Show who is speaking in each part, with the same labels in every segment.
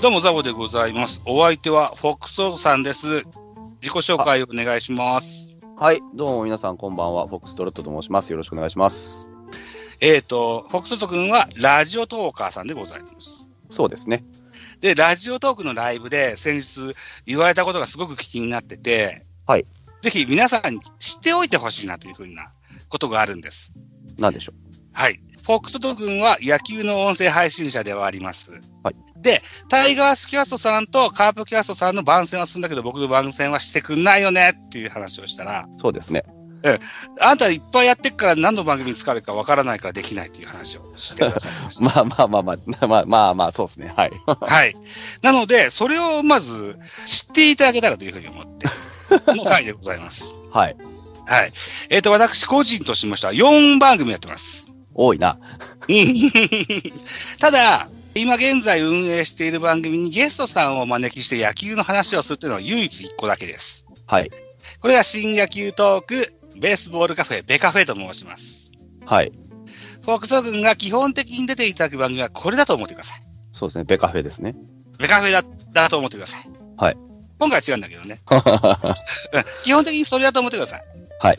Speaker 1: どうも、ザボでございます。お相手は、フォックソーさんです。自己紹介をお願いします。
Speaker 2: はい、どうも皆さんこんばんは、フォックストロットと申します。よろしくお願いします。
Speaker 1: えっ、と、フォックソート君は、ラジオトーカーさんでございます。
Speaker 2: そうですね。
Speaker 1: で、ラジオトークのライブで、先日、言われたことがすごく気になってて、
Speaker 2: はい。
Speaker 1: ぜひ、皆さんに知っておいてほしいなというふうなことがあるんです。
Speaker 2: なんでしょ
Speaker 1: はい。フォックソート君は、野球の音声配信者ではあります。
Speaker 2: はい。
Speaker 1: で、タイガースキャストさんとカープキャストさんの番宣はするんだけど、僕の番宣はしてくんないよねっていう話をしたら、
Speaker 2: う。そうですね。
Speaker 1: あんたいっぱいやってっから何の番組に使われるかわからないからできないっていう話をしてください ました。
Speaker 2: まあまあまあまあ、まあまあまあ、そうですね。はい。
Speaker 1: はい。なので、それをまず知っていただけたらというふうに思って、の回でございます。
Speaker 2: はい。
Speaker 1: はい。えっ、と、私個人としましては4番組やってます。
Speaker 2: 多いな。
Speaker 1: うんただ、今現在運営している番組にゲストさんをお招きして野球の話をするというのは唯一1個だけです。
Speaker 2: はい。
Speaker 1: これが新野球トーク、ベースボールカフェ、ベカフェと申します。
Speaker 2: はい。
Speaker 1: フォークソ君が基本的に出ていただく番組はこれだと思ってください。
Speaker 2: そうですね。ベカフェですね。
Speaker 1: ベカフェだだと思ってください。
Speaker 2: はい。
Speaker 1: 今回は違うんだけどね。
Speaker 2: は
Speaker 1: うん基本的にそれだと思ってください。
Speaker 2: はい。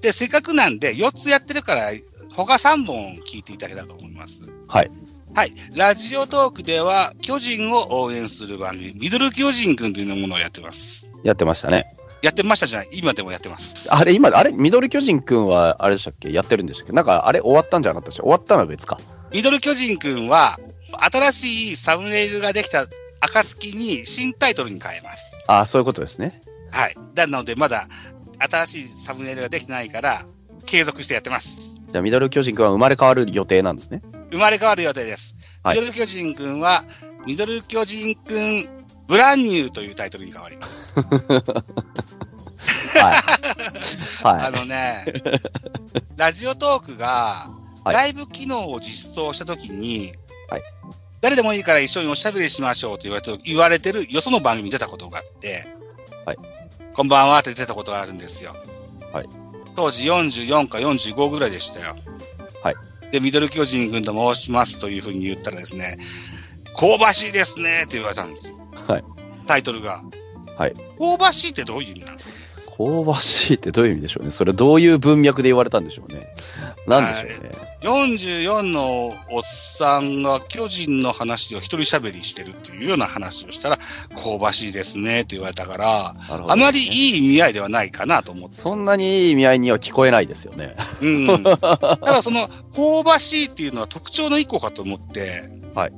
Speaker 1: で、せっかくなんで4つやってるから、他3本聞いていただけたらと思います。
Speaker 2: はい。
Speaker 1: はい。ラジオトークでは、巨人を応援する番組、ミドル巨人くんというものをやってます。
Speaker 2: やってましたね。
Speaker 1: やってましたじゃない今でもやってます。
Speaker 2: あれ、今、あれ、ミドル巨人くんは、あれでしたっけやってるんでしたっけなんか、あれ、終わったんじゃなかったでしょ終わったのは別か。
Speaker 1: ミドル巨人くんは、新しいサムネイルができた暁に新タイトルに変えます。
Speaker 2: ああ、そういうことですね。
Speaker 1: はい。なので、まだ新しいサムネイルができてないから、継続してやってます。
Speaker 2: じゃあ、ミドル巨人くんは生まれ変わる予定なんですね。
Speaker 1: 生まれ変わる予定です。
Speaker 2: はい
Speaker 1: ミドル巨人くんは、ミドル巨人くん、ブランニューというタイトルに変わります。
Speaker 2: はい。
Speaker 1: あ
Speaker 2: は
Speaker 1: のね、ラジオトークが、
Speaker 2: はい
Speaker 1: ライブ機能を実装したときに、
Speaker 2: はい
Speaker 1: 誰でもいいから一緒におしゃべりしましょうと言われて言われてるよその番組に出たことがあって、
Speaker 2: はい
Speaker 1: こんばんはって出たことがあるんですよ。
Speaker 2: はい
Speaker 1: 当時44か45ぐらいでしたよ。
Speaker 2: はい
Speaker 1: で、ミドル巨人軍と申しますというふうに言ったらですね、香ばしいですねって言われたんですよ。
Speaker 2: はい
Speaker 1: タイトルが。
Speaker 2: はい
Speaker 1: 香ばしいってどういう意味なんですか
Speaker 2: い。香ばしいってどういう意味でしょうね。それ、どういう文脈で言われたんでしょうね。なんでしょうね。
Speaker 1: 44のおっさんが巨人の話を一人喋りしてるっていうような話をしたら、香ばしいですねって言われたから、
Speaker 2: なるほどね
Speaker 1: あまりいい意味合いではないかなと思って。
Speaker 2: そんなにいい意味合いには聞こえないですよね。
Speaker 1: うん。ただその、香ばしいっていうのは特徴の一個かと思って、
Speaker 2: はい。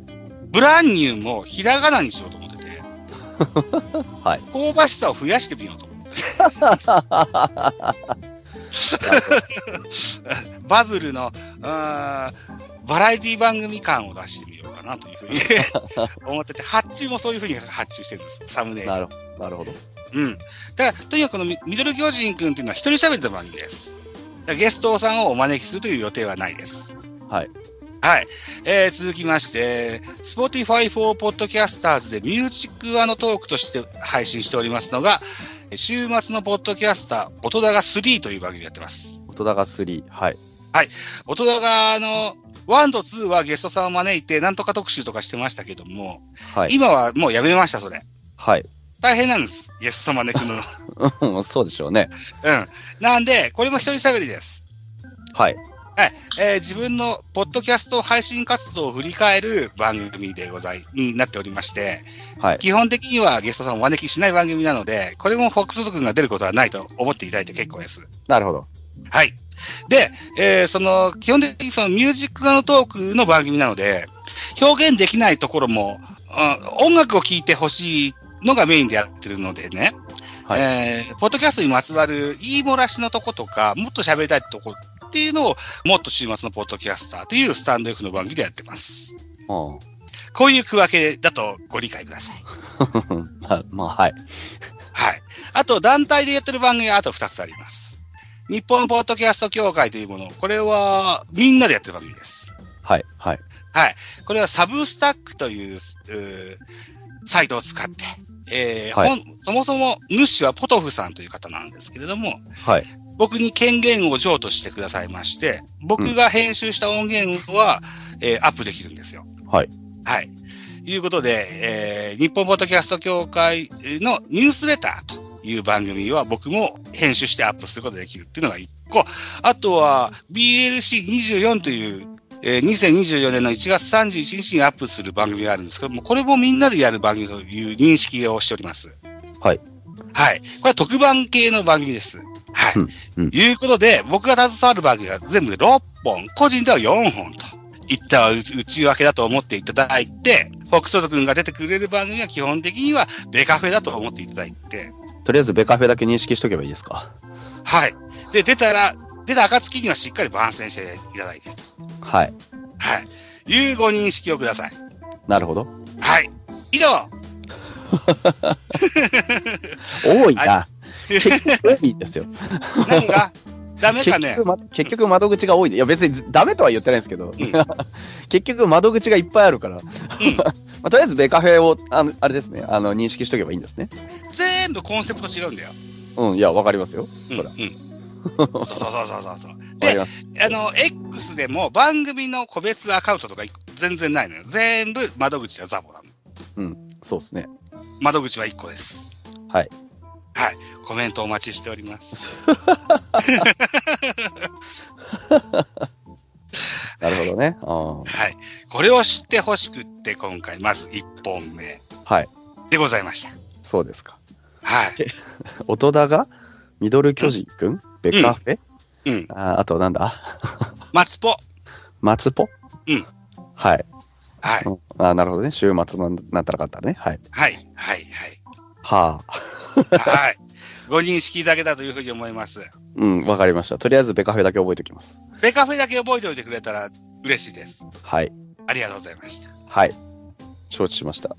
Speaker 1: ブランニューもひらがなにしようと思ってて、
Speaker 2: はい。
Speaker 1: 香ばしさを増やしてみようと思って。 バブルの、うーんバラエティ番組感を出してみようかなというふうに 思ってて、発注もそういうふうに発注してるんです、サムネイル
Speaker 2: な。るほど。なるほど。
Speaker 1: うん。だから、とにかくこのミミドル巨人くんっていうのは一人喋りの番組です。だからゲストさんをお招きするという予定はないです。
Speaker 2: はい。
Speaker 1: はい。えー、続きまして、Spotify for Podcasters でミュージックトークとして配信しておりますのが、週末のポッドキャスター、音だが3という番組やってます。
Speaker 2: 音高3。はい。
Speaker 1: 音だが、あの、1と2はゲストさんを招いて、なんとか特集とかしてましたけども、
Speaker 2: はい。
Speaker 1: 今はもうやめました、それ。
Speaker 2: はい。
Speaker 1: 大変なんです。ゲストさん招くの。
Speaker 2: うん、そうでしょうね。
Speaker 1: うん。なんで、これも一人喋りです。
Speaker 2: はい。
Speaker 1: えー自分のポッドキャスト配信活動を振り返る番組でござい、になっておりまして、
Speaker 2: はい。
Speaker 1: 基本的にはゲストさんをお招きしない番組なので、これもフォックスト君が出ることはないと思っていただいて結構です。
Speaker 2: なるほど。
Speaker 1: はい。で、えーその、基本的にそのミュージックのトークの番組なので、表現できないところも、うん音楽を聴いてほしいのがメインでやってるのでね、
Speaker 2: はい
Speaker 1: えーポッドキャストにまつわる言い漏らしのとことか、もっと喋りたいとこっていうのを、もっと週末のポッドキャスターというスタンド F の番組でやってます。
Speaker 2: う
Speaker 1: こういう区分けだとご理解ください。
Speaker 2: ん。まあ、まあ、はい。
Speaker 1: はい。あと、団体でやってる番組はあと2つあります。日本ポッドキャスト協会というもの、これはみんなでやってる番組です。
Speaker 2: はい、はい。
Speaker 1: はい。これはサブスタックという、うーサイトを使って、えー
Speaker 2: はい
Speaker 1: 本そもそも主はポトフさんという方なんですけれども、
Speaker 2: はい。
Speaker 1: 僕に権限を譲渡してくださいまして、僕が編集した音源は、えーアップできるんですよ。
Speaker 2: はい。
Speaker 1: はい。いうことで、えー日本ポッドキャスト協会のニュースレターという番組は僕も編集してアップすることができるっていうのが一個。あとは、BLC24 という、えー2024年の1月31日にアップする番組があるんですけども、これもみんなでやる番組という認識をしております。
Speaker 2: はい。
Speaker 1: はい。これは特番系の番組です。はい。
Speaker 2: うん
Speaker 1: いうことで、僕が携わる番組が全部で6本、個人では4本と。いった内訳だと思っていただいて、フォックソト君が出てくれる番組は基本的にはベカフェだと思っていただいて、
Speaker 2: とりあえずベカフェだけ認識しとけばいいですか。
Speaker 1: はい。で、出たら、出た暁にはしっかり番宣していただいて、
Speaker 2: はい。
Speaker 1: はい。いうご認識をください。
Speaker 2: なるほど。
Speaker 1: はい。以上
Speaker 2: 多いな。結局多いんです よ。
Speaker 1: 何がダメか
Speaker 2: 結
Speaker 1: ね
Speaker 2: 局、ま、結局窓口が多いで。いや別にダメとは言ってないんですけど、
Speaker 1: ん
Speaker 2: 結局窓口がいっぱいあるから、まあ、とりあえずベカフェをあの、あれですね、あの、認識しとけばいいんですね。
Speaker 1: 全部コンセプト違うんだよ。
Speaker 2: うん、いや、わかりますよ。
Speaker 1: うん。
Speaker 2: そうら
Speaker 1: ん。そうそうそうそうそうそう。
Speaker 2: わかり
Speaker 1: で、
Speaker 2: ます。
Speaker 1: あの、X でも番組の個別アカウントとか一個全然ないのよ。全部窓口はザボなの。
Speaker 2: うん、そうですね。
Speaker 1: 窓口は1個です。
Speaker 2: はい。
Speaker 1: はい。コメントお待ちしております。
Speaker 2: なるほどね。うん
Speaker 1: はい。これを知ってほしくって、今回、まず1本目
Speaker 2: はい。
Speaker 1: でございました。
Speaker 2: そうですか。
Speaker 1: はい。
Speaker 2: 音田がミドル巨人くんベカフェ、
Speaker 1: うん。
Speaker 2: ああとなんだ
Speaker 1: マツポ。
Speaker 2: 松ポ
Speaker 1: うん。
Speaker 2: はい。
Speaker 1: はい。
Speaker 2: うんあなるほどね。週末のなんたらかったらね。はい。
Speaker 1: はい。はい。はい。
Speaker 2: はあ。
Speaker 1: はい。 ご認識いただけたというふうに思います。
Speaker 2: うん、わかりました。とりあえずベカフェだけ覚えておきます。
Speaker 1: ベカフェだけ覚えておいてくれたら嬉しいです。
Speaker 2: はい。
Speaker 1: ありがとうございました。
Speaker 2: はい。承知しました。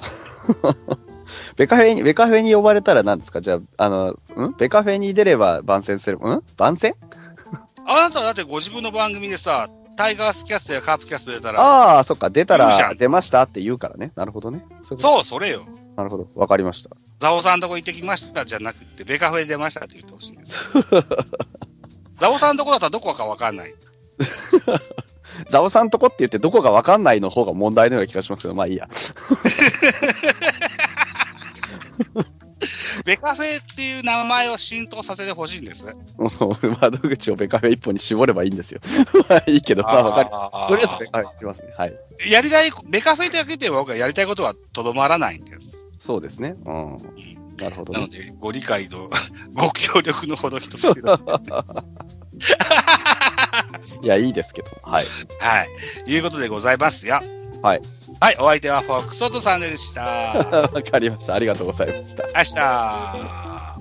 Speaker 2: ベカフェに、ベカフェに呼ばれたら何ですかじゃあ、あの、んベカフェに出れば番宣する、ん番宣
Speaker 1: あなただってご自分の番組でさ、タイガースキャストやカープキャスト出たら、
Speaker 2: ああ、そっか、出た
Speaker 1: 言うじゃ
Speaker 2: ら
Speaker 1: ん
Speaker 2: 出ましたって言うからね。なるほどね。そういうこと
Speaker 1: そう、それよ。
Speaker 2: なるほど。わかりました。
Speaker 1: ザオさんとこ行ってきましたじゃなくて、ベカフェ出ましたって言ってほしいん です。ザオさんとこだったらどこかわかんない。
Speaker 2: ザオさんとこって言ってどこがわかんないの方が問題のような気がしますけど、まあいいや。
Speaker 1: ベカフェっていう名前を浸透させてほしいんです。
Speaker 2: もう窓口をベカフェ一本に絞ればいいんですよ。 ま あいいけど、まあわかる。
Speaker 1: あー
Speaker 2: とりあえずベカフェにしますね。はい。
Speaker 1: やりたい、ベカフェだけでは僕はやりたいことはとどまらないんです。
Speaker 2: そうですね。うん。なるほど
Speaker 1: なの
Speaker 2: ね。
Speaker 1: で、ご理解と ご協力のほど一つ ください。
Speaker 2: いや、いいですけど。はい。
Speaker 1: はい。いうことでございますよ。
Speaker 2: はい。
Speaker 1: はい、お相 手はフォックソトさんでした。
Speaker 2: わかりました。ありがとうございました。
Speaker 1: 明日。